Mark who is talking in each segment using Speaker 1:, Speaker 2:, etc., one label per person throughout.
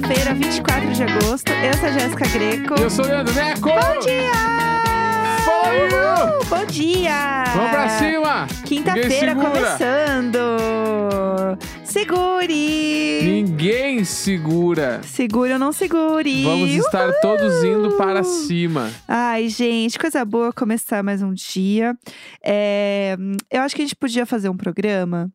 Speaker 1: um é de agosto. Eu sou a Jéssica Greco.
Speaker 2: Eu sou o Leandro Neco!
Speaker 1: Bom dia!
Speaker 2: For you!
Speaker 1: Uhul, Bom dia!
Speaker 2: Vamos pra cima!
Speaker 1: Ah, Quinta-feira
Speaker 2: Ninguém segura.
Speaker 1: começando! Segure!
Speaker 2: Ninguém segura.
Speaker 1: Segure ou não segure!
Speaker 2: Vamos estar
Speaker 1: Uhul!
Speaker 2: todos indo para cima.
Speaker 1: Ai, gente, coisa boa começar mais um dia. É, eu acho que a gente podia fazer um programa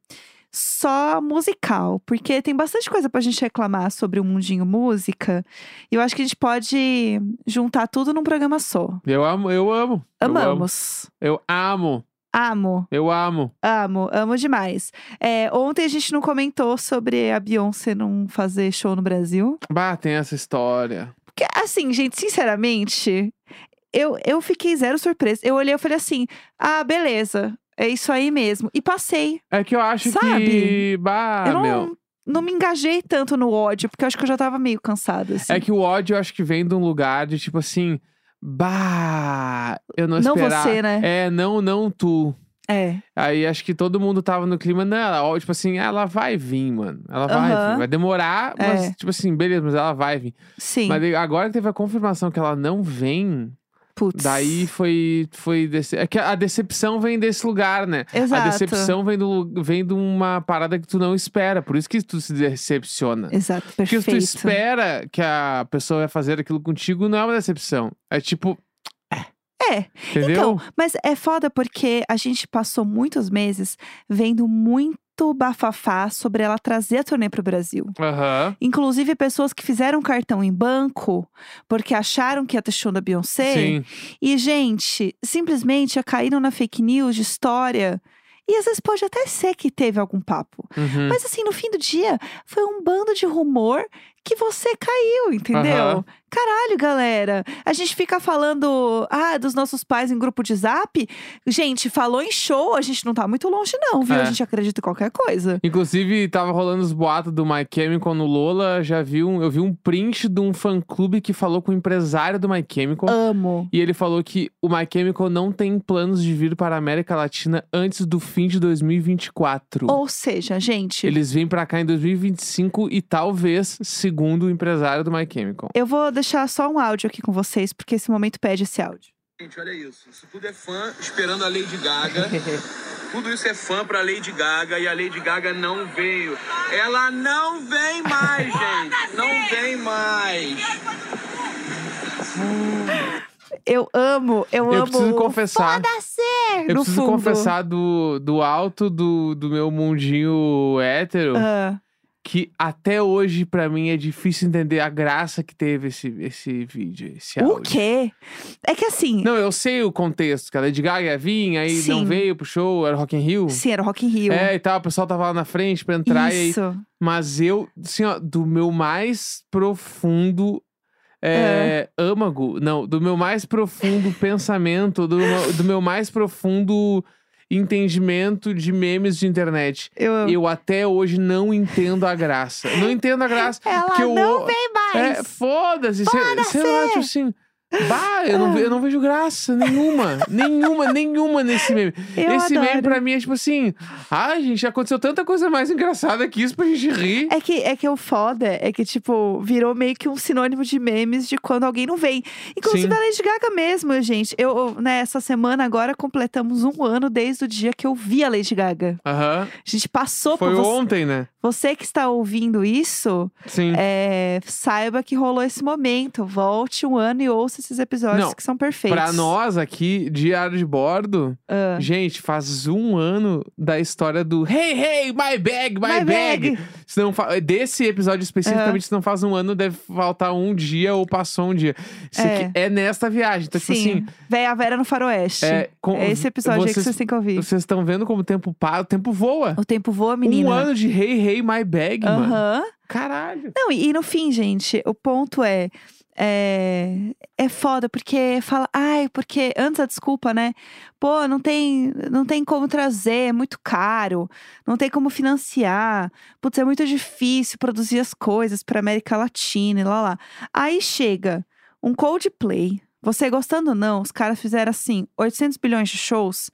Speaker 1: só musical, porque tem bastante coisa pra gente reclamar sobre o mundinho música. E eu acho que a gente pode juntar tudo num programa só.
Speaker 2: Eu amo, eu amo.
Speaker 1: Amamos.
Speaker 2: Eu amo,
Speaker 1: Amo,
Speaker 2: eu amo.
Speaker 1: amo, amo demais. É, ontem a gente não comentou sobre a Beyoncé não fazer show no Brasil.
Speaker 2: Bah, tem essa história.
Speaker 1: Porque, assim, gente, sinceramente, eu, eu fiquei zero surpresa. Eu olhei e falei assim: ah, beleza, é isso aí mesmo. E passei.
Speaker 2: É que eu acho
Speaker 1: Sabe?
Speaker 2: que. Bah,
Speaker 1: eu não,
Speaker 2: Ah, meu.
Speaker 1: não me engajei tanto no ódio, porque eu acho que eu já tava meio cansada. Assim.
Speaker 2: É que o ódio eu acho que vem de um lugar de tipo assim. Bah, eu não
Speaker 1: Não
Speaker 2: esperava.
Speaker 1: você, né?
Speaker 2: É, não, não tu.
Speaker 1: É.
Speaker 2: Aí acho que todo mundo tava no clima, não, ela, ó, tipo assim, ela vai vir, mano. Ela vai
Speaker 1: Aham.
Speaker 2: vir. Vai demorar, mas,
Speaker 1: É.
Speaker 2: tipo assim, beleza, mas ela vai vir.
Speaker 1: sim.
Speaker 2: Mas aí, agora que teve a confirmação que ela não vem,
Speaker 1: Putz.
Speaker 2: daí foi. foi dece... É que a decepção vem desse lugar, né?
Speaker 1: Exato.
Speaker 2: A decepção vem, do, lu- vem de uma parada que tu não espera. Por isso que tu se decepciona.
Speaker 1: Exato,
Speaker 2: Porque
Speaker 1: perfeito.
Speaker 2: se tu espera que a pessoa vai fazer aquilo contigo, não é uma decepção. É tipo.
Speaker 1: É.
Speaker 2: Entendeu?
Speaker 1: Então, mas é foda porque a gente passou muitos meses vendo muito bafafá sobre ela trazer a turnê pro Brasil.
Speaker 2: Aham.
Speaker 1: Inclusive, pessoas que fizeram cartão em banco porque acharam que ia ter show da Beyoncé.
Speaker 2: Sim.
Speaker 1: E, gente, simplesmente caíram na fake news de história. E às vezes pode até ser que teve algum papo.
Speaker 2: Uhum.
Speaker 1: Mas assim, no fim do dia, foi um bando de rumor que você caiu, entendeu?
Speaker 2: Aham.
Speaker 1: Caralho, galera. A gente fica falando, ah, dos nossos pais em grupo de zap. Gente, falou em show, a gente não tá muito longe, não, viu?
Speaker 2: É.
Speaker 1: A gente acredita em qualquer coisa.
Speaker 2: Inclusive, tava rolando os boatos do My Chemical no Lola. Já vi um, eu vi um print de um fã clube que falou com o empresário do My Chemical.
Speaker 1: Ah. Amo.
Speaker 2: E ele falou que o My Chemical não tem planos de vir para a América Latina antes do fim de 2024.
Speaker 1: Ou seja, gente,
Speaker 2: Eles vêm pra cá em 2025 e talvez, segundo o empresário do My Chemical.
Speaker 1: eu vou deixar só um áudio aqui com vocês, porque esse momento pede esse áudio.
Speaker 3: Gente, olha isso. Isso tudo é fã esperando a Lady Gaga. tudo isso é fã pra Lady Gaga e a Lady Gaga não veio. Ela não vem mais, gente. Não vem mais.
Speaker 1: Eu amo, eu,
Speaker 2: Eu
Speaker 1: amo.
Speaker 2: preciso confessar.
Speaker 1: Foda-se!
Speaker 2: Eu
Speaker 1: no
Speaker 2: preciso
Speaker 1: fundo.
Speaker 2: confessar do, do alto do, do meu mundinho hétero
Speaker 1: Ah,
Speaker 2: que até hoje, pra mim, é difícil entender a graça que teve esse, esse vídeo, esse
Speaker 1: o
Speaker 2: áudio.
Speaker 1: quê? É que assim,
Speaker 2: Não, eu sei o contexto, que a Lady Gaga ia vir, aí
Speaker 1: Sim.
Speaker 2: não veio pro show, era Rock in Rio.
Speaker 1: sim, era Rock in Rio.
Speaker 2: É, e tal, o pessoal tava lá na frente pra entrar. E aí,
Speaker 1: Isso.
Speaker 2: mas eu, assim, ó, do meu mais profundo é, âmago, não, do meu mais profundo pensamento, do, meu- do meu mais profundo entendimento de memes de internet.
Speaker 1: Eu amo.
Speaker 2: Eu até hoje não entendo a graça. Não entendo a graça.
Speaker 1: Ela
Speaker 2: porque eu
Speaker 1: não
Speaker 2: o-
Speaker 1: vem mais.
Speaker 2: É, foda-se. Foda sei lá, tipo assim. Bah, eu
Speaker 1: É.
Speaker 2: não, ve- eu não vejo graça nenhuma. nenhuma, nenhuma nesse meme.
Speaker 1: Eu
Speaker 2: Esse meme
Speaker 1: adoro.
Speaker 2: pra mim é tipo assim. Ah, gente, já aconteceu tanta coisa mais engraçada que isso pra gente rir.
Speaker 1: É que, é que o foda é que, tipo, virou meio que um sinônimo de memes de quando alguém não vem. Inclusive
Speaker 2: Sim.
Speaker 1: a Lady Gaga mesmo, gente. Eu, eu, né, essa semana agora completamos um ano desde o dia que eu vi a Lady Gaga.
Speaker 2: Aham.
Speaker 1: A gente passou
Speaker 2: Foi
Speaker 1: por É. você.
Speaker 2: ontem, né?
Speaker 1: Você que está ouvindo isso,
Speaker 2: Sim.
Speaker 1: é, saiba que rolou esse momento. Volte um ano e ouça esses episódios
Speaker 2: Não,
Speaker 1: que são perfeitos.
Speaker 2: Pra nós aqui, diário de bordo,
Speaker 1: Ah.
Speaker 2: gente, faz um ano da história do Hey, hey, my bag, my,
Speaker 1: My bag.
Speaker 2: Se não fa- Desse episódio especificamente, se não faz um ano, deve faltar um dia ou passou um dia. Isso
Speaker 1: É.
Speaker 2: aqui é nesta viagem. Então, tipo assim,
Speaker 1: Sim. Véi, a Vera no Faroeste.
Speaker 2: É, com-
Speaker 1: É esse episódio aí que
Speaker 2: vocês-
Speaker 1: vocês têm que ouvir.
Speaker 2: Vocês estão vendo como o tempo passa, o tempo voa.
Speaker 1: O tempo voa, menina.
Speaker 2: Um ano de Hey Hey My Bag, mano.
Speaker 1: Aham.
Speaker 2: Caralho.
Speaker 1: Não, e, e no fim, gente, o ponto é. É, é foda, porque fala, ai, porque antes a desculpa, né? Pô, não tem, não tem como trazer, é muito caro, não tem como financiar, putz, é muito difícil produzir as coisas pra América Latina e lá lá. Aí chega um Coldplay, Você gostando ou não, os caras fizeram assim, 800 bilhões de shows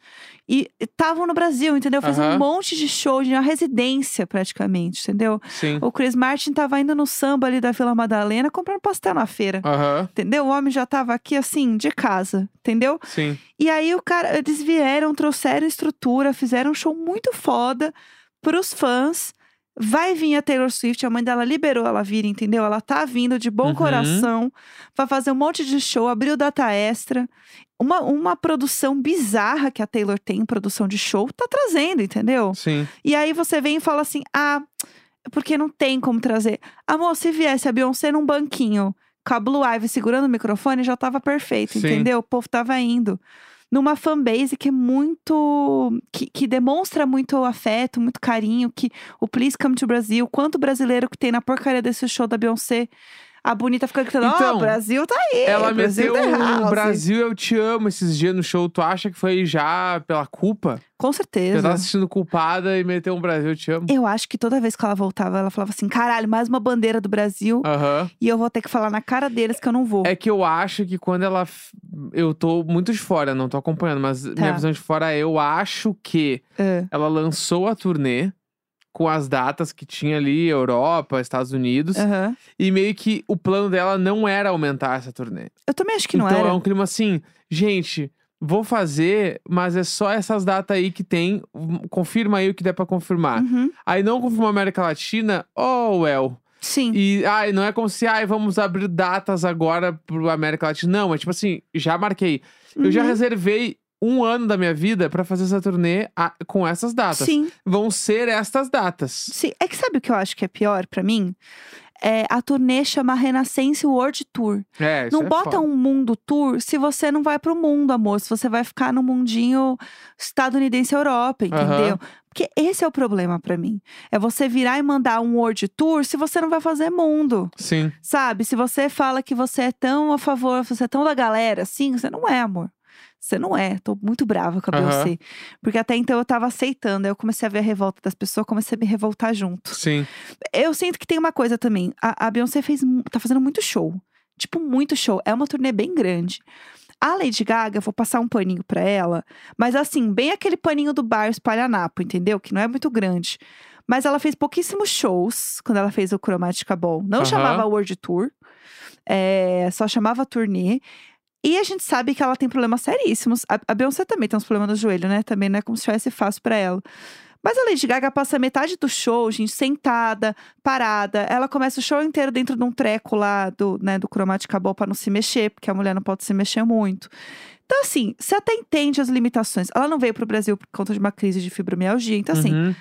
Speaker 1: e estavam no Brasil, entendeu? Fazendo
Speaker 2: Aham.
Speaker 1: um monte de show, de uma residência praticamente, entendeu?
Speaker 2: Sim.
Speaker 1: O Chris Martin tava indo no samba ali da Vila Madalena comprando pastel na feira.
Speaker 2: Aham.
Speaker 1: Entendeu? O homem já tava aqui assim, de casa, entendeu?
Speaker 2: Sim.
Speaker 1: E aí o cara, eles vieram, trouxeram estrutura, fizeram um show muito foda pros fãs. Vai vir a Taylor Swift, a mãe dela liberou ela vir, entendeu? Ela tá vindo de bom
Speaker 2: Uhum.
Speaker 1: coração, vai fazer um monte de show, abriu data extra. Uma, uma produção bizarra que a Taylor tem, produção de show, tá trazendo, entendeu?
Speaker 2: Sim.
Speaker 1: E aí você vem e fala assim: ah, porque não tem como trazer. Amor, se viesse a Beyoncé num banquinho com a Blue Ivy segurando o microfone, já tava perfeito,
Speaker 2: Sim.
Speaker 1: entendeu? O povo tava indo. Numa fanbase que é muito. Que, que demonstra muito afeto, muito carinho, que o Please Come to Brasil, quanto brasileiro que tem na porcaria desse show da Beyoncé. A bonita fica gritando, ó,
Speaker 2: Então,
Speaker 1: o Brasil tá aí.
Speaker 2: Ela
Speaker 1: Brasil
Speaker 2: meteu
Speaker 1: tá
Speaker 2: o
Speaker 1: house."
Speaker 2: Brasil Eu Te Amo esses dias no show. Tu acha que foi já pela culpa?
Speaker 1: Com
Speaker 2: Eu
Speaker 1: certeza.
Speaker 2: tava assistindo culpada e meteu um Brasil Eu Te Amo.
Speaker 1: Eu acho que toda vez que ela voltava, ela falava assim: caralho, mais uma bandeira do Brasil.
Speaker 2: Aham.
Speaker 1: E eu vou ter que falar na cara deles que eu não vou.
Speaker 2: É que eu acho que quando ela. f- Eu tô muito de fora, não tô acompanhando, mas
Speaker 1: Tá.
Speaker 2: minha visão de fora é: eu acho que
Speaker 1: É.
Speaker 2: ela lançou a turnê com as datas que tinha ali, Europa, Estados Unidos,
Speaker 1: Aham.
Speaker 2: e meio que o plano dela não era aumentar essa turnê.
Speaker 1: Eu também acho que não
Speaker 2: então
Speaker 1: era.
Speaker 2: é um clima assim, gente. Vou fazer, mas é só essas datas aí que tem. hum, Confirma aí o que der pra confirmar.
Speaker 1: Uhum.
Speaker 2: Aí não confirmou a América Latina, oh well.
Speaker 1: Sim.
Speaker 2: E ai, não é como se, ai, vamos abrir datas agora pro América Latina. Não, é tipo assim, já marquei. Eu já
Speaker 1: Uhum.
Speaker 2: reservei um ano da minha vida pra fazer essa turnê a- com essas datas.
Speaker 1: Sim,
Speaker 2: Vão ser estas datas.
Speaker 1: sim. É que sabe o que eu acho que é pior pra mim? É, a turnê chama Renascença World Tour.
Speaker 2: É, isso
Speaker 1: não
Speaker 2: é
Speaker 1: bota
Speaker 2: foda.
Speaker 1: um mundo tour se você não vai pro mundo, amor. Se você vai ficar no mundinho estadunidense-Europa, entendeu? Porque esse é o problema pra mim. É você virar e mandar um World Tour se você não vai fazer mundo.
Speaker 2: Sim,
Speaker 1: Sabe, se você fala que você é tão a favor, você é tão da galera, assim, você não é, amor. Você não é. Tô muito brava com a
Speaker 2: Aham.
Speaker 1: Beyoncé. Porque até então eu tava aceitando. Aí eu comecei a ver a revolta das pessoas, comecei a me revoltar junto.
Speaker 2: sim.
Speaker 1: Eu sinto que tem uma coisa também. A, a Beyoncé fez, mu- tá fazendo muito show. Tipo, muito show. É uma turnê bem grande. A Lady Gaga, eu vou passar um paninho pra ela. Mas assim, bem aquele paninho do bar espalhanapo, entendeu? Que não é muito grande. Mas ela fez pouquíssimos shows quando ela fez o Chromatica Ball. Não
Speaker 2: Aham.
Speaker 1: chamava World Tour. é, só chamava turnê. E a gente sabe que ela tem problemas seríssimos. A, a Beyoncé também tem uns problemas no joelho, né? Também não é como se tivesse fácil pra ela. Mas a Lady Gaga passa metade do show, gente, sentada, parada. Ela começa o show inteiro dentro de um treco lá do, né, do Chromatica Ball pra não se mexer, porque a mulher não pode se mexer muito. Então, assim, você até entende as limitações. Ela não veio pro Brasil por conta de uma crise de fibromialgia. Então, assim,
Speaker 2: Uhum,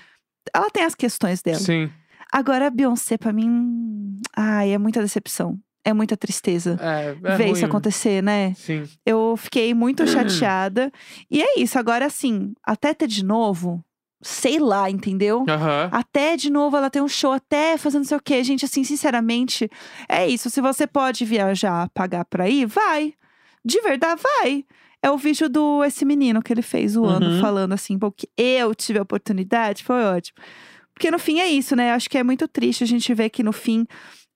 Speaker 1: ela tem as questões dela.
Speaker 2: Sim.
Speaker 1: Agora, a Beyoncé, pra mim, hum, ai, é muita decepção. É muita tristeza
Speaker 2: É, é
Speaker 1: ver
Speaker 2: ruim. Uhum.
Speaker 1: isso acontecer, né?
Speaker 2: Sim.
Speaker 1: Eu fiquei muito chateada. E é isso. Agora, assim, até ter de novo, sei lá, entendeu?
Speaker 2: Aham.
Speaker 1: Até de novo ela tem um show, até fazendo não sei o quê. Gente, assim, sinceramente, é isso. Se você pode viajar, pagar pra ir, vai. De verdade, vai. É o vídeo do esse menino que ele fez o ano,
Speaker 2: Uhum.
Speaker 1: falando assim, porque eu tive a oportunidade, foi ótimo. Porque no fim é isso, né? Acho que é muito triste a gente ver que no fim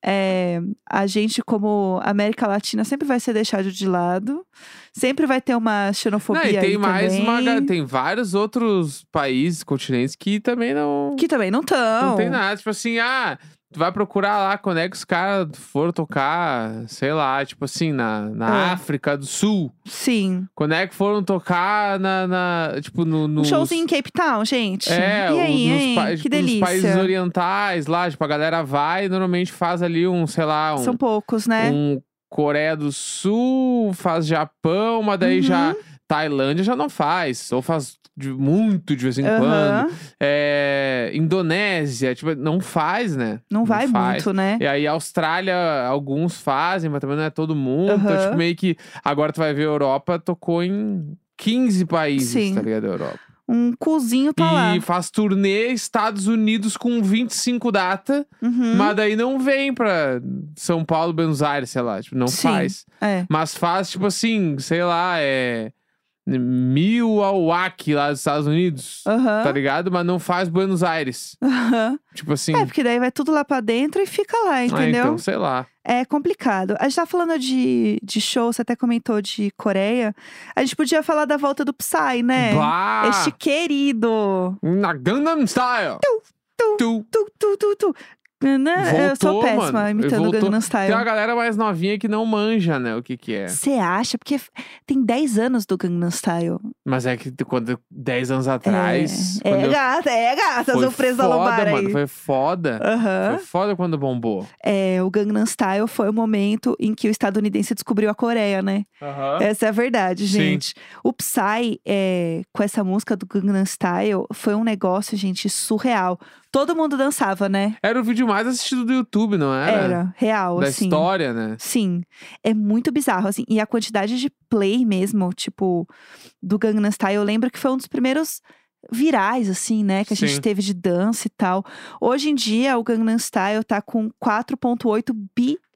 Speaker 1: é, a gente, como América Latina, sempre vai ser deixado de lado. Sempre vai ter uma xenofobia.
Speaker 2: Não, e tem
Speaker 1: aí
Speaker 2: mais
Speaker 1: também,
Speaker 2: uma. ga- Tem vários outros países, continentes que também não.
Speaker 1: Que também não estão.
Speaker 2: Não tem nada. Tipo assim, ah, tu vai procurar lá quando é que os caras foram tocar, sei lá, tipo assim, na, na
Speaker 1: É.
Speaker 2: África do Sul.
Speaker 1: Sim.
Speaker 2: Quando é que foram tocar na. na- tipo, no.
Speaker 1: Um
Speaker 2: Nos...
Speaker 1: showzinho em Cape Town, gente.
Speaker 2: É,
Speaker 1: e
Speaker 2: o-
Speaker 1: aí,
Speaker 2: nos
Speaker 1: hein?
Speaker 2: pa-
Speaker 1: que
Speaker 2: tipo, nos países
Speaker 1: delícia.
Speaker 2: orientais lá, tipo, a galera vai e normalmente faz ali um, sei lá, um,
Speaker 1: São poucos, né?
Speaker 2: um Coreia do Sul, faz Japão, mas daí
Speaker 1: Uhum.
Speaker 2: já Tailândia já não faz, ou faz de- muito de vez em quando.
Speaker 1: Aham.
Speaker 2: É, Indonésia, tipo, não faz, né?
Speaker 1: Não vai
Speaker 2: faz.
Speaker 1: muito, né?
Speaker 2: E aí, Austrália, alguns fazem, mas também não é todo mundo. Então,
Speaker 1: Aham.
Speaker 2: tipo, meio que. Agora tu vai ver a Europa, tocou em 15 países,
Speaker 1: Sim.
Speaker 2: tá ligado? A Europa.
Speaker 1: Um cozinho tá lá.
Speaker 2: E faz turnê Estados Unidos com 25 data,
Speaker 1: Uhum.
Speaker 2: mas daí não vem pra São Paulo, Buenos Aires, sei lá. Tipo, não
Speaker 1: Sim.
Speaker 2: faz.
Speaker 1: É.
Speaker 2: Mas faz, tipo assim, sei lá, é. Milwaukee, lá dos Estados Unidos,
Speaker 1: Aham.
Speaker 2: tá ligado? Mas não faz Buenos Aires.
Speaker 1: Aham.
Speaker 2: Tipo assim.
Speaker 1: É, porque daí vai tudo lá pra dentro e fica lá,
Speaker 2: ah,
Speaker 1: entendeu?
Speaker 2: então, sei lá.
Speaker 1: É complicado. A gente tá falando de, de show, você até comentou de Coreia. A gente podia falar da volta do Psy, né?
Speaker 2: Bah!
Speaker 1: Este querido.
Speaker 2: Na Gangnam Style.
Speaker 1: tu,
Speaker 2: Tu.
Speaker 1: Tu, tu, tu, tu. Né? Eu sou
Speaker 2: Voltou,
Speaker 1: péssima
Speaker 2: mano.
Speaker 1: imitando o
Speaker 2: Voltou.
Speaker 1: Gangnam
Speaker 2: Tem uma
Speaker 1: Style.
Speaker 2: galera mais novinha que não manja, né? O que que é.
Speaker 1: Você acha? Porque f- tem 10 anos do Gangnam Style.
Speaker 2: Mas é que quando 10 anos atrás.
Speaker 1: é,
Speaker 2: quando
Speaker 1: é
Speaker 2: eu-
Speaker 1: gata, é gata,
Speaker 2: foi
Speaker 1: surpresa da
Speaker 2: foda,
Speaker 1: lombar aí.
Speaker 2: mano. Foi foda.
Speaker 1: Aham.
Speaker 2: Foi foda quando bombou.
Speaker 1: É, o Gangnam Style foi o momento em que o estadunidense descobriu a Coreia, né? Essa é a verdade,
Speaker 2: Sim.
Speaker 1: gente. O Psy, é, com essa música do Gangnam Style, foi um negócio, gente, surreal. Todo mundo dançava, né?
Speaker 2: Era o vídeo mais assistido do YouTube, não era?
Speaker 1: real,
Speaker 2: Da
Speaker 1: assim.
Speaker 2: história, né?
Speaker 1: Sim, é muito bizarro, assim. E a quantidade de play mesmo, tipo, do Gangnam Style, eu lembro que foi um dos primeiros virais, assim, né? Que a gente
Speaker 2: Sim.
Speaker 1: teve de dança e tal. Hoje em dia, o Gangnam Style tá com 4,8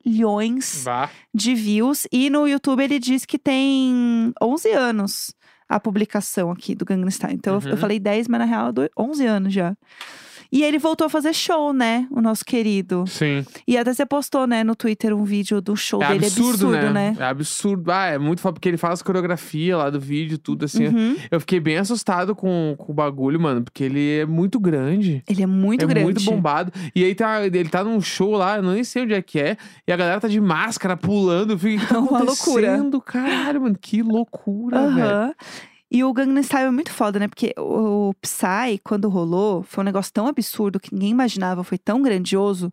Speaker 1: bilhões
Speaker 2: Vá.
Speaker 1: de views. E no YouTube ele diz que tem 11 anos a publicação aqui do Gangnam Style. Então eu- eu
Speaker 2: Uhum.
Speaker 1: falei 10, mas na real é do- 11 anos já. E ele voltou a fazer show, né? O nosso querido.
Speaker 2: Sim.
Speaker 1: E até você postou, né, no Twitter um vídeo do show
Speaker 2: É
Speaker 1: dele.
Speaker 2: absurdo,
Speaker 1: é absurdo, né?
Speaker 2: É absurdo. Ah, é muito foda, porque ele faz coreografia lá do vídeo, tudo assim.
Speaker 1: Uhum.
Speaker 2: Eu fiquei bem assustado com, com o bagulho, mano, porque ele é muito grande.
Speaker 1: Ele é muito
Speaker 2: é
Speaker 1: grande.
Speaker 2: muito bombado. E aí tá, ele tá num show lá, eu nem sei onde é que é. E a galera tá de máscara pulando. Eu fico, o que tá
Speaker 1: Uma loucura.
Speaker 2: acontecendo? Caralho, mano, que loucura, né, velho.
Speaker 1: Aham. E o Gangnam Style é muito foda, né? Porque o o Psy, quando rolou, foi um negócio tão absurdo que ninguém imaginava, foi tão grandioso,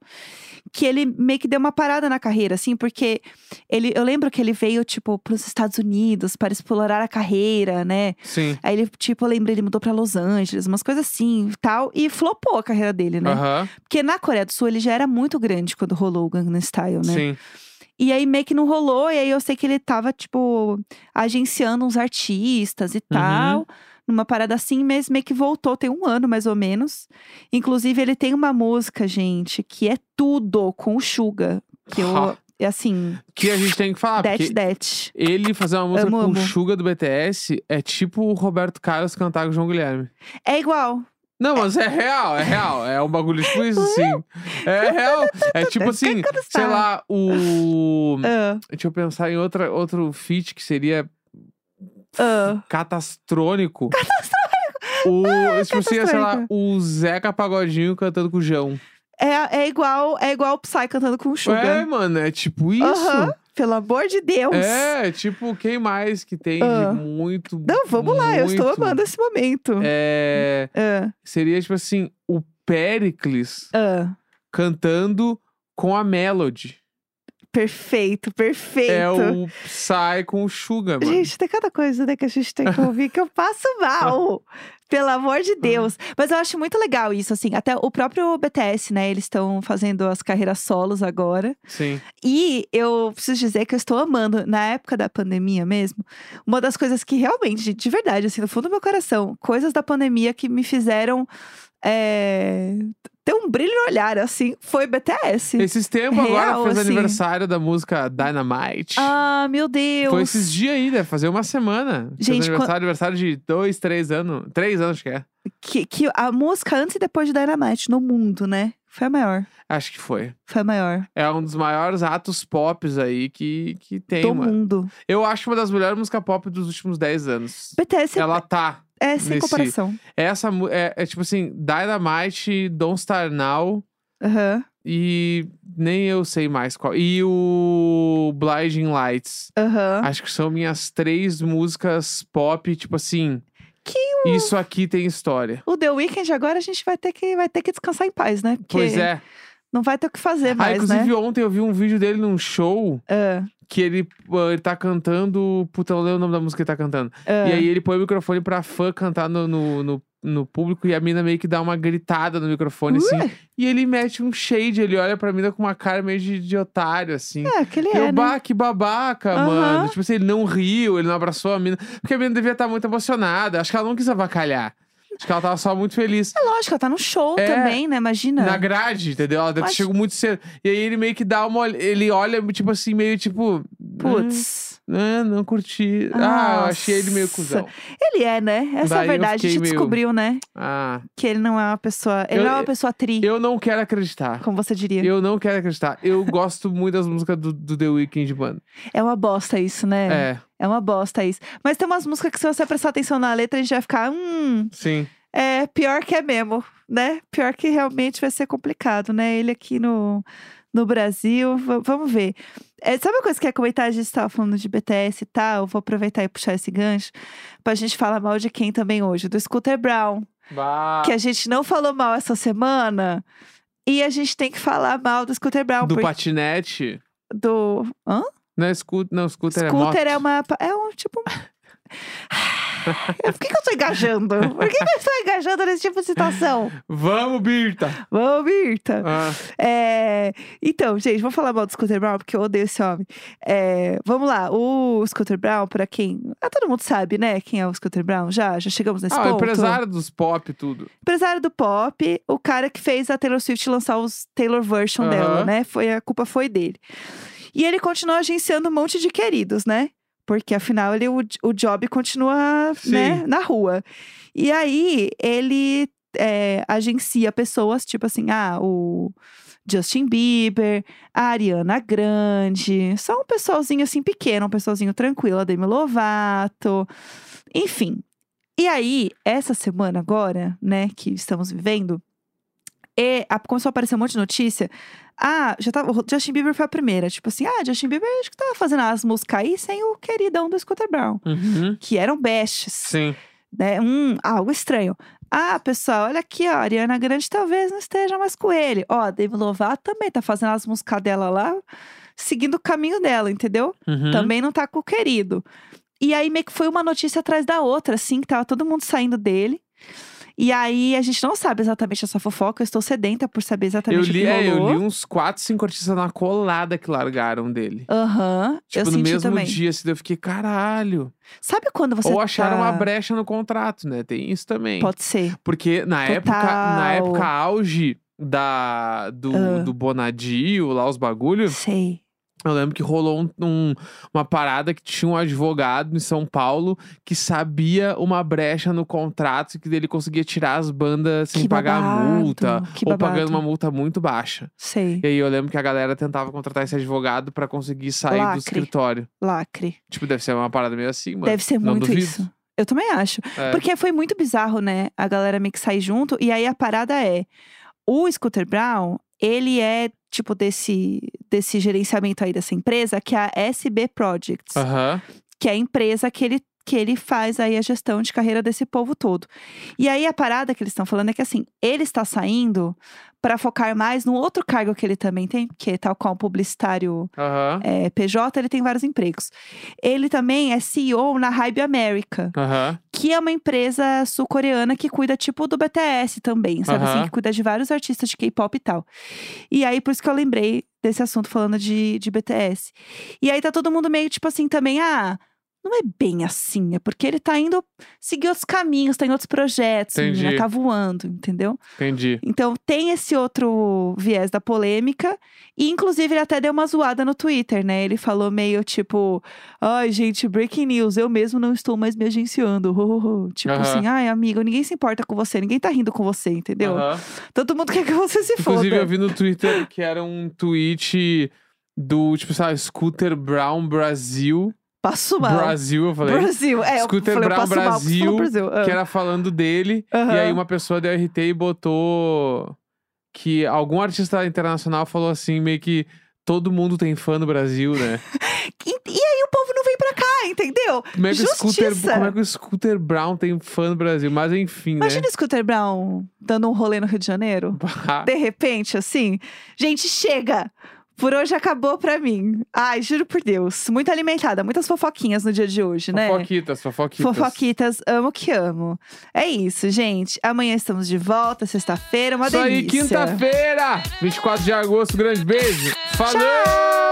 Speaker 1: que ele meio que deu uma parada na carreira, assim, porque ele, eu lembro que ele veio, tipo, pros Estados Unidos para explorar a carreira, né?
Speaker 2: Sim.
Speaker 1: Aí ele, tipo, eu lembro, ele mudou pra Los Angeles, umas coisas assim e tal, e flopou a carreira dele, né?
Speaker 2: Aham,
Speaker 1: Porque na Coreia do Sul ele já era muito grande quando rolou o Gangnam Style, né?
Speaker 2: sim.
Speaker 1: E aí meio que não rolou, e aí eu sei que ele tava, tipo, agenciando uns artistas e
Speaker 2: Uhum.
Speaker 1: tal. Numa parada assim, mas meio que voltou, tem um ano mais ou menos. Inclusive, ele tem uma música, gente, que é tudo com o Suga. Que eu,
Speaker 2: Ha.
Speaker 1: é assim,
Speaker 2: Que a gente tem que falar,
Speaker 1: det,
Speaker 2: porque
Speaker 1: det.
Speaker 2: ele fazer uma música
Speaker 1: Amo,
Speaker 2: com
Speaker 1: amo.
Speaker 2: o Suga do BTS é tipo o Roberto Carlos cantar com o João Guilherme.
Speaker 1: É igual.
Speaker 2: Não, mas é real, é real. É um bagulho tipo isso, assim. É real. É tipo assim, sei lá, o.
Speaker 1: Ah,
Speaker 2: Deixa eu pensar em outra, outro feat que seria
Speaker 1: ah.
Speaker 2: catastrônico. O,
Speaker 1: Ah,
Speaker 2: tipo assim, sei lá,
Speaker 1: catastrônico.
Speaker 2: o Zeca Pagodinho cantando com o João.
Speaker 1: É, é igual é igual o Psy cantando com o
Speaker 2: É,
Speaker 1: Suga.
Speaker 2: mano, é tipo isso.
Speaker 1: Aham, Pelo amor de Deus.
Speaker 2: É, tipo, quem mais que tem
Speaker 1: Ah.
Speaker 2: de muito.
Speaker 1: Não, vamos lá, eu estou
Speaker 2: muito?
Speaker 1: amando esse momento.
Speaker 2: É,
Speaker 1: Ah,
Speaker 2: seria, tipo assim, o Pericles
Speaker 1: ah.
Speaker 2: cantando com a Melody.
Speaker 1: Perfeito, perfeito.
Speaker 2: É o Psy com o Suga, mano.
Speaker 1: Gente, tem cada coisa né, que a gente tem que ouvir que eu passo mal. Pelo amor
Speaker 2: Uhum.
Speaker 1: de Deus. Mas eu acho muito legal isso, assim. Até o próprio BTS, né? Eles estão fazendo as carreiras solos agora.
Speaker 2: Sim.
Speaker 1: E eu preciso dizer que eu estou amando, na época da pandemia mesmo, uma das coisas que realmente, gente, de verdade, assim, no fundo do meu coração, coisas da pandemia que me fizeram é, ter um brilho no olhar, assim, foi BTS.
Speaker 2: Esses tempos
Speaker 1: Real,
Speaker 2: agora fez
Speaker 1: assim.
Speaker 2: aniversário da música Dynamite.
Speaker 1: Ah, meu Deus!
Speaker 2: Foi esses dias aí, deve fazer uma semana. Fez
Speaker 1: Gente,
Speaker 2: aniversário, aniversário de dois, três anos. Três anos, acho que é.
Speaker 1: que, que a música antes e depois de Dynamite no mundo, né? Foi a maior.
Speaker 2: Acho que foi.
Speaker 1: Foi a maior.
Speaker 2: É um dos maiores atos pop aí que, que tem,
Speaker 1: do
Speaker 2: mano.
Speaker 1: mundo.
Speaker 2: Eu acho uma das melhores músicas pop dos últimos dez anos.
Speaker 1: BTS é-
Speaker 2: Ela tá.
Speaker 1: é sem
Speaker 2: nesse-
Speaker 1: comparação.
Speaker 2: Essa mu- é, é tipo assim, Dynamite, Don't Star Now
Speaker 1: Aham,
Speaker 2: e nem eu sei mais qual. E o Blinding Lights.
Speaker 1: aham.
Speaker 2: Acho que são minhas três músicas pop, tipo assim.
Speaker 1: Que
Speaker 2: Isso aqui tem história.
Speaker 1: O The Weeknd agora a gente vai ter que, vai ter que descansar em paz, né? Porque
Speaker 2: Pois é.
Speaker 1: não vai ter o que fazer
Speaker 2: Ah,
Speaker 1: mais,
Speaker 2: inclusive
Speaker 1: né?
Speaker 2: ontem eu vi um vídeo dele num show
Speaker 1: Ah,
Speaker 2: que ele, ah, ele tá cantando. Puta, eu não lembro o nome da música que ele tá cantando.
Speaker 1: ah.
Speaker 2: E aí ele põe o microfone pra fã cantar no, no, no, no público e a mina meio que dá uma gritada no microfone, assim.
Speaker 1: Ué,
Speaker 2: E ele mete um shade, ele olha pra mina com uma cara meio de, de otário, assim.
Speaker 1: é, aquele
Speaker 2: Eu,
Speaker 1: é, né?
Speaker 2: bah, que babaca,
Speaker 1: Aham.
Speaker 2: mano. Tipo assim, ele não riu, ele não abraçou a mina. Porque a mina devia estar muito emocionada. Acho que ela não quis avacalhar. Acho que ela tava só muito feliz.
Speaker 1: É lógico, ela tá no show
Speaker 2: É.
Speaker 1: também, né? Imagina.
Speaker 2: Na grade, entendeu? Ela
Speaker 1: Mas-
Speaker 2: chegou muito cedo. E aí ele meio que dá uma. olh- Ele olha, tipo assim, meio tipo.
Speaker 1: Putz.
Speaker 2: Ah, não curti. Ah, eu achei ele meio cuzão.
Speaker 1: Ele é, né? Essa é a
Speaker 2: Hum. Daí eu
Speaker 1: verdade. A gente
Speaker 2: fiquei meio-
Speaker 1: descobriu, né?
Speaker 2: Ah,
Speaker 1: Que ele não é uma pessoa. Ele
Speaker 2: Eu-
Speaker 1: não é uma pessoa tri,
Speaker 2: eu não quero acreditar.
Speaker 1: como assim? você diria.
Speaker 2: Eu não quero acreditar. Eu gosto muito das músicas do, do The Weeknd, mano.
Speaker 1: É uma bosta isso, né?
Speaker 2: É,
Speaker 1: uma bosta isso. Mas tem umas músicas que, se você prestar atenção na letra, a gente vai ficar. Hum,
Speaker 2: sim.
Speaker 1: é pior que é mesmo, né? Pior que realmente vai ser complicado, né? Ele aqui no, no Brasil. va- vamos ver. É, sabe uma coisa que eu ia comentar? A gente estava falando de BTS e tal. Vou aproveitar e puxar esse gancho pra gente falar mal de quem também hoje? Do Scooter Brown.
Speaker 2: Bah.
Speaker 1: que é a gente não falou mal essa semana. E a gente tem que falar mal do Scooter Brown.
Speaker 2: Do
Speaker 1: por-
Speaker 2: patinete.
Speaker 1: do... Hã?
Speaker 2: Não, é scoot, não, scooter,
Speaker 1: Scooter
Speaker 2: é moto.
Speaker 1: é uma... pa- É um tipo... Por que, que eu tô engajando? Por que, que eu estou engajando nesse tipo de situação?
Speaker 2: Vamos, Birta!
Speaker 1: Vamos, Mirta.
Speaker 2: Ah,
Speaker 1: É, Então, gente, vou falar mal do Scooter Brown, porque eu odeio esse homem. É, Vamos lá, o Scooter Brown, pra quem... Ah, todo mundo sabe, né, quem é o Scooter Brown? Já, já chegamos nesse
Speaker 2: ah, o
Speaker 1: ponto?
Speaker 2: empresário dos pop e tudo.
Speaker 1: empresário do pop, o cara que fez a Taylor Swift lançar os Taylor version
Speaker 2: Aham.
Speaker 1: dela, né? Foi a culpa foi dele. E ele continua agenciando um monte de queridos, né? Porque afinal ele o, o job continua, né,
Speaker 2: Sim.
Speaker 1: na rua. E aí ele é, agencia pessoas tipo assim, ah, o Justin Bieber, a Ariana Grande, só um pessoalzinho assim pequeno, um pessoalzinho tranquilo, a Demi Lovato, enfim. E aí, essa semana agora, né, que estamos vivendo, e a- começou a aparecer um monte de notícia. Ah, já tava, o Justin Bieber foi a primeira. Tipo assim, ah, Justin Bieber acho que tava fazendo as músicas aí sem o queridão do Scooter Brown. Que eram bestes
Speaker 2: Sim.
Speaker 1: né? Hum, algo estranho. Ah, pessoal, olha aqui, ó. Ariana Grande talvez não esteja mais com ele. Ó, Demi Lovato também tá fazendo as músicas dela lá, seguindo o caminho dela, entendeu?
Speaker 2: Uhum.
Speaker 1: Também não tá com o querido. E aí meio que foi uma notícia atrás da outra, assim, que tava todo mundo saindo dele. E aí a gente não sabe exatamente essa fofoca, eu estou sedenta por saber
Speaker 2: Eu
Speaker 1: exatamente o
Speaker 2: li,
Speaker 1: que
Speaker 2: é, eu
Speaker 1: rolou.
Speaker 2: li uns 4, 5 artistas na colada que largaram dele.
Speaker 1: Aham, eu
Speaker 2: Tipo, no
Speaker 1: senti
Speaker 2: mesmo
Speaker 1: também.
Speaker 2: dia, assim, daí eu fiquei, caralho.
Speaker 1: Sabe quando você
Speaker 2: Ou acharam
Speaker 1: tá...
Speaker 2: uma brecha no contrato, né? Tem isso também.
Speaker 1: Pode ser.
Speaker 2: Porque na
Speaker 1: Total.
Speaker 2: época, na época auge da, do,
Speaker 1: Ah.
Speaker 2: do Bonadio, lá os bagulhos,
Speaker 1: Sei.
Speaker 2: eu lembro que rolou um- um- uma parada que tinha um advogado em São Paulo que sabia uma brecha no contrato que ele conseguia tirar as bandas sem
Speaker 1: Que
Speaker 2: pagar a
Speaker 1: babado,
Speaker 2: multa.
Speaker 1: que
Speaker 2: ou pagando
Speaker 1: babado.
Speaker 2: uma multa muito baixa.
Speaker 1: Sei.
Speaker 2: E aí eu lembro que a galera tentava contratar esse advogado pra conseguir sair do
Speaker 1: Lacre.
Speaker 2: escritório.
Speaker 1: Lacre.
Speaker 2: Tipo, deve ser uma parada meio assim, mano.
Speaker 1: Deve ser
Speaker 2: Não
Speaker 1: muito
Speaker 2: duvido.
Speaker 1: isso. Eu também acho.
Speaker 2: É.
Speaker 1: Porque foi muito bizarro, né? A galera meio que sai junto. E aí a parada é: o Scooter Brown, ele é tipo desse, desse gerenciamento aí dessa empresa, que é a SB Projects,
Speaker 2: Aham.
Speaker 1: que é a empresa que ele. Que ele faz aí a gestão de carreira desse povo todo. E aí a parada que eles estão falando é que assim, ele está saindo para focar mais no outro cargo que ele também tem, que é tal qual um publicitário
Speaker 2: Aham.
Speaker 1: é, PJ, ele tem vários empregos. Ele também é CEO na Hybe America,
Speaker 2: Aham.
Speaker 1: que é uma empresa sul-coreana que cuida, tipo, do BTS também, sabe?
Speaker 2: Aham.
Speaker 1: Assim, que cuida de vários artistas de K-pop e tal. E aí, por isso que eu lembrei desse assunto falando de, de BTS. E aí tá todo mundo meio, tipo assim, também, ah. Não é bem assim, é porque ele tá indo seguir outros caminhos, tá em outros projetos,
Speaker 2: Entendi.
Speaker 1: menina, tá voando, entendeu?
Speaker 2: Entendi.
Speaker 1: Então tem esse outro viés da polêmica. E, inclusive, ele até deu uma zoada no Twitter, né? Ele falou meio tipo: Ai, gente, breaking news, eu mesmo não estou mais me agenciando. Ho, ho, ho." Tipo
Speaker 2: Aham.
Speaker 1: assim, ai, amigo, ninguém se importa com você, ninguém tá rindo com você, entendeu?
Speaker 2: Aham.
Speaker 1: Todo mundo quer que você se
Speaker 2: Inclusive, eu
Speaker 1: foda.
Speaker 2: vi no Twitter que era um tweet do, tipo, sabe, Scooter Brown Brasil.
Speaker 1: Passo mal.
Speaker 2: Brasil, eu falei.
Speaker 1: Brasil. É, eu
Speaker 2: Scooter
Speaker 1: falei, eu
Speaker 2: Brown
Speaker 1: passo mal, porque você falou
Speaker 2: Brasil,
Speaker 1: Brasil. Ah.
Speaker 2: Que era falando dele. E
Speaker 1: Aham.
Speaker 2: aí uma pessoa deu RT e botou que algum artista internacional falou assim, meio que todo mundo tem fã no Brasil, né?
Speaker 1: E, e aí o povo não vem pra cá, entendeu?
Speaker 2: Como é que, o Scooter,
Speaker 1: Justiça.
Speaker 2: como é que o Scooter Brown tem fã no Brasil? Mas enfim,
Speaker 1: Imagina
Speaker 2: né?
Speaker 1: o Scooter Brown dando um rolê no Rio de Janeiro.
Speaker 2: Bah,
Speaker 1: de repente, assim, gente, chega! Por hoje acabou pra mim. Ai, juro por Deus. Muito alimentada, muitas fofoquinhas no dia de hoje, né?
Speaker 2: Fofoquitas, fofoquitas.
Speaker 1: Fofoquitas, amo que amo. É isso, gente. Amanhã estamos de volta, sexta-feira, uma
Speaker 2: Isso aí,
Speaker 1: delícia.
Speaker 2: quinta-feira, 24 de agosto. Grande beijo. Falou!
Speaker 1: Tchau!